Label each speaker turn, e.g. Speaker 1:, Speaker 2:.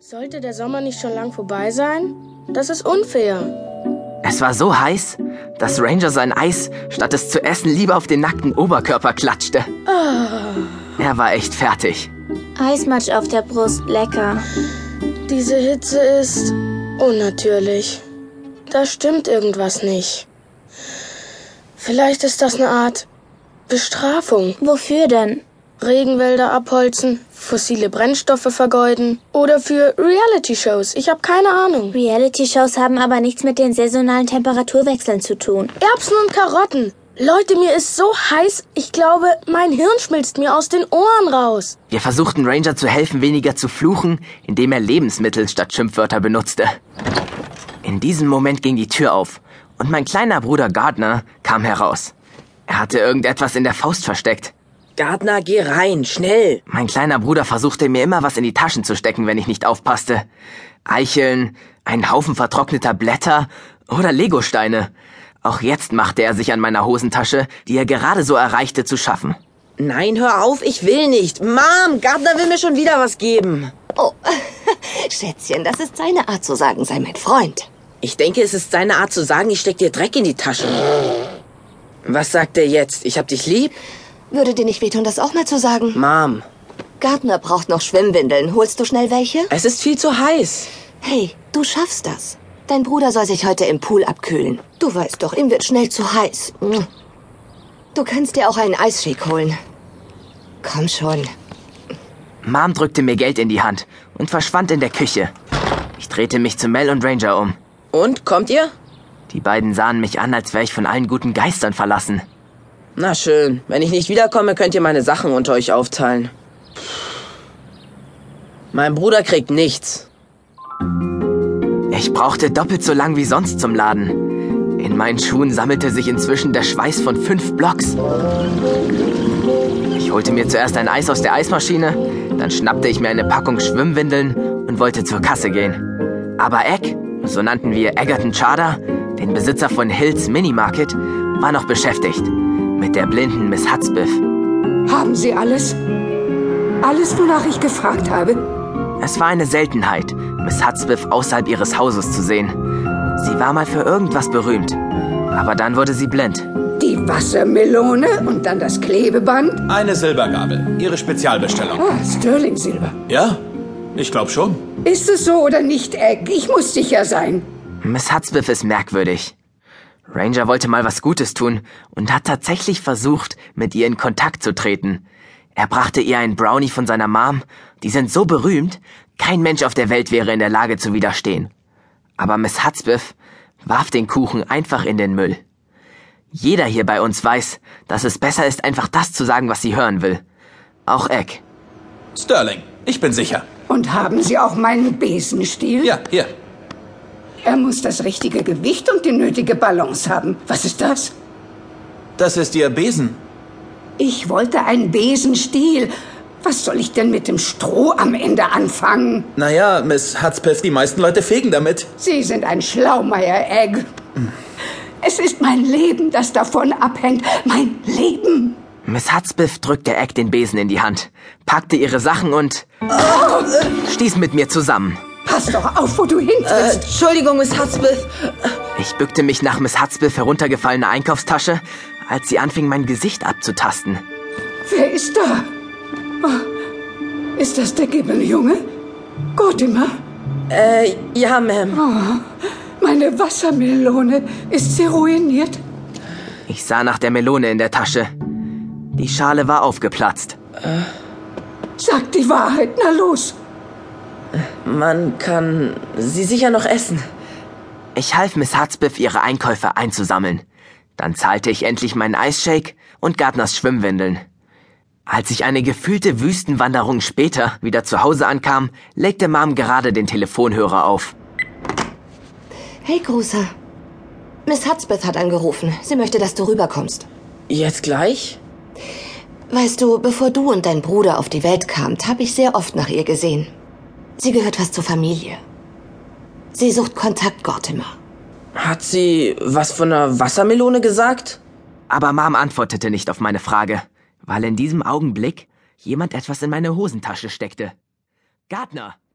Speaker 1: Sollte der Sommer nicht schon lang vorbei sein? Das ist unfair.
Speaker 2: Es war so heiß, dass Ranger sein Eis, statt es zu essen, lieber auf den nackten Oberkörper klatschte. Er war echt fertig.
Speaker 3: Eismatsch auf der Brust, lecker.
Speaker 1: Diese Hitze ist unnatürlich. Da stimmt irgendwas nicht. Vielleicht ist das eine Art Bestrafung.
Speaker 3: Wofür denn?
Speaker 1: Regenwälder abholzen, fossile Brennstoffe vergeuden oder für Reality-Shows. Ich habe keine Ahnung.
Speaker 3: Reality-Shows haben aber nichts mit den saisonalen Temperaturwechseln zu tun.
Speaker 1: Erbsen und Karotten. Leute, mir ist so heiß, ich glaube, mein Hirn schmilzt mir aus den Ohren raus.
Speaker 2: Wir versuchten Ranger zu helfen, weniger zu fluchen, indem er Lebensmittel statt Schimpfwörter benutzte. In diesem Moment ging die Tür auf und mein kleiner Bruder Gardner kam heraus. Er hatte irgendetwas in der Faust versteckt.
Speaker 4: Gardner, geh rein, schnell.
Speaker 2: Mein kleiner Bruder versuchte mir immer was in die Taschen zu stecken, wenn ich nicht aufpasste. Eicheln, einen Haufen vertrockneter Blätter oder Legosteine. Auch jetzt machte er sich an meiner Hosentasche, die er gerade so erreichte, zu schaffen.
Speaker 4: Nein, hör auf, ich will nicht. Mom, Gardner will mir schon wieder was geben.
Speaker 5: Oh, Schätzchen, das ist seine Art zu sagen, sei mein Freund.
Speaker 4: Ich denke, es ist seine Art zu sagen, ich steck dir Dreck in die Tasche. Was sagt er jetzt? Ich hab dich lieb?
Speaker 5: Würde dir nicht wehtun, das auch mal zu sagen?
Speaker 4: Mom,
Speaker 5: Gardner braucht noch Schwimmwindeln. Holst du schnell welche?
Speaker 4: es ist viel zu heiß.
Speaker 5: Hey, du schaffst das. Dein Bruder soll sich heute im Pool abkühlen. Du weißt doch, ihm wird schnell zu heiß. Mm. Du kannst dir auch einen Eisshake holen. Komm schon.
Speaker 2: Mom drückte mir Geld in die Hand und verschwand in der Küche. Ich drehte mich zu Mel und Ranger um.
Speaker 4: Und, kommt ihr?
Speaker 2: Die beiden sahen mich an, als wäre ich von allen guten Geistern verlassen.
Speaker 4: Na schön, wenn ich nicht wiederkomme, könnt ihr meine Sachen unter euch aufteilen. Mein Bruder kriegt nichts.
Speaker 2: Ich brauchte doppelt so lang wie sonst zum Laden. In meinen Schuhen sammelte sich inzwischen der Schweiß von fünf Blocks. Ich holte mir zuerst ein Eis aus der Eismaschine, dann schnappte ich mir eine Packung Schwimmwindeln und wollte zur Kasse gehen. Aber Egg, so nannten wir Egerton Charder, den Besitzer von Hills Minimarket, war noch beschäftigt. Mit der blinden Miss Hatzbiff.
Speaker 6: Haben Sie alles? Alles, wonach ich gefragt habe?
Speaker 2: Es war eine Seltenheit, Miss Hatzbiff außerhalb ihres Hauses zu sehen. Sie war mal für irgendwas berühmt. Aber dann wurde sie blind.
Speaker 6: Die Wassermelone und dann das Klebeband?
Speaker 7: Eine Silbergabel. Ihre Spezialbestellung.
Speaker 6: Ah, Sterling-Silber.
Speaker 7: Ja? Ich glaube schon.
Speaker 6: Ist es so oder nicht, Egg? Ich muss sicher sein.
Speaker 2: Miss Hatzbiff ist merkwürdig. Ranger wollte mal was Gutes tun und hat tatsächlich versucht, mit ihr in Kontakt zu treten. Er brachte ihr einen Brownie von seiner Mom. Die sind so berühmt, kein Mensch auf der Welt wäre in der Lage zu widerstehen. Aber Miss Hatzbiff warf den Kuchen einfach in den Müll. Jeder hier bei uns weiß, dass es besser ist, einfach das zu sagen, was sie hören will. Auch Egg.
Speaker 7: Sterling, ich bin sicher.
Speaker 6: Und haben Sie auch meinen Besenstiel?
Speaker 7: Ja, hier.
Speaker 6: Er muss das richtige Gewicht und die nötige Balance haben. Was ist das?
Speaker 7: Das ist Ihr Besen.
Speaker 6: Ich wollte einen Besenstiel. Was soll ich denn mit dem Stroh am Ende anfangen?
Speaker 7: Naja, Miss Hatzpeth, die meisten Leute fegen damit.
Speaker 6: Sie sind ein Schlaumeier-Egg. Es ist mein Leben, das davon abhängt. Mein Leben.
Speaker 2: Miss Hatzbiff drückte Egg den Besen in die Hand, packte ihre Sachen und stieß mit mir zusammen.
Speaker 6: Pass doch auf, wo du hintrittst.
Speaker 4: Äh, Entschuldigung, Miss Hatzbiff.
Speaker 2: Ich bückte mich nach Miss Hatzbiff heruntergefallene Einkaufstasche, als sie anfing, mein Gesicht abzutasten.
Speaker 6: Wer ist da? Oh, ist das der Gibbeljunge? Gortimer?
Speaker 4: Äh, ja, Ma'am.
Speaker 6: Meine Wassermelone. Ist sie ruiniert?
Speaker 2: Ich sah nach der Melone in der Tasche. Die Schale war aufgeplatzt.
Speaker 6: Sag die Wahrheit. Na los.
Speaker 4: Man kann sie sicher noch essen.
Speaker 2: Ich half Miss Hatzbiff, ihre Einkäufe einzusammeln. Dann zahlte ich endlich meinen Eisshake und Gardners Schwimmwindeln. Als ich eine gefühlte Wüstenwanderung später wieder zu Hause ankam, legte Mom gerade den Telefonhörer auf.
Speaker 5: Hey, Großer. Miss Hatzbeth hat angerufen. Sie möchte, dass du rüberkommst.
Speaker 4: Jetzt gleich?
Speaker 5: Weißt du, bevor du und dein Bruder auf die Welt kamt, habe ich sehr oft nach ihr gesehen. Sie gehört fast zur Familie. Sie sucht Kontakt, Gortimer.
Speaker 4: Hat sie was von einer Wassermelone gesagt?
Speaker 2: Aber Mom antwortete nicht auf meine Frage, weil in diesem Augenblick jemand etwas in meine Hosentasche steckte. Gardner!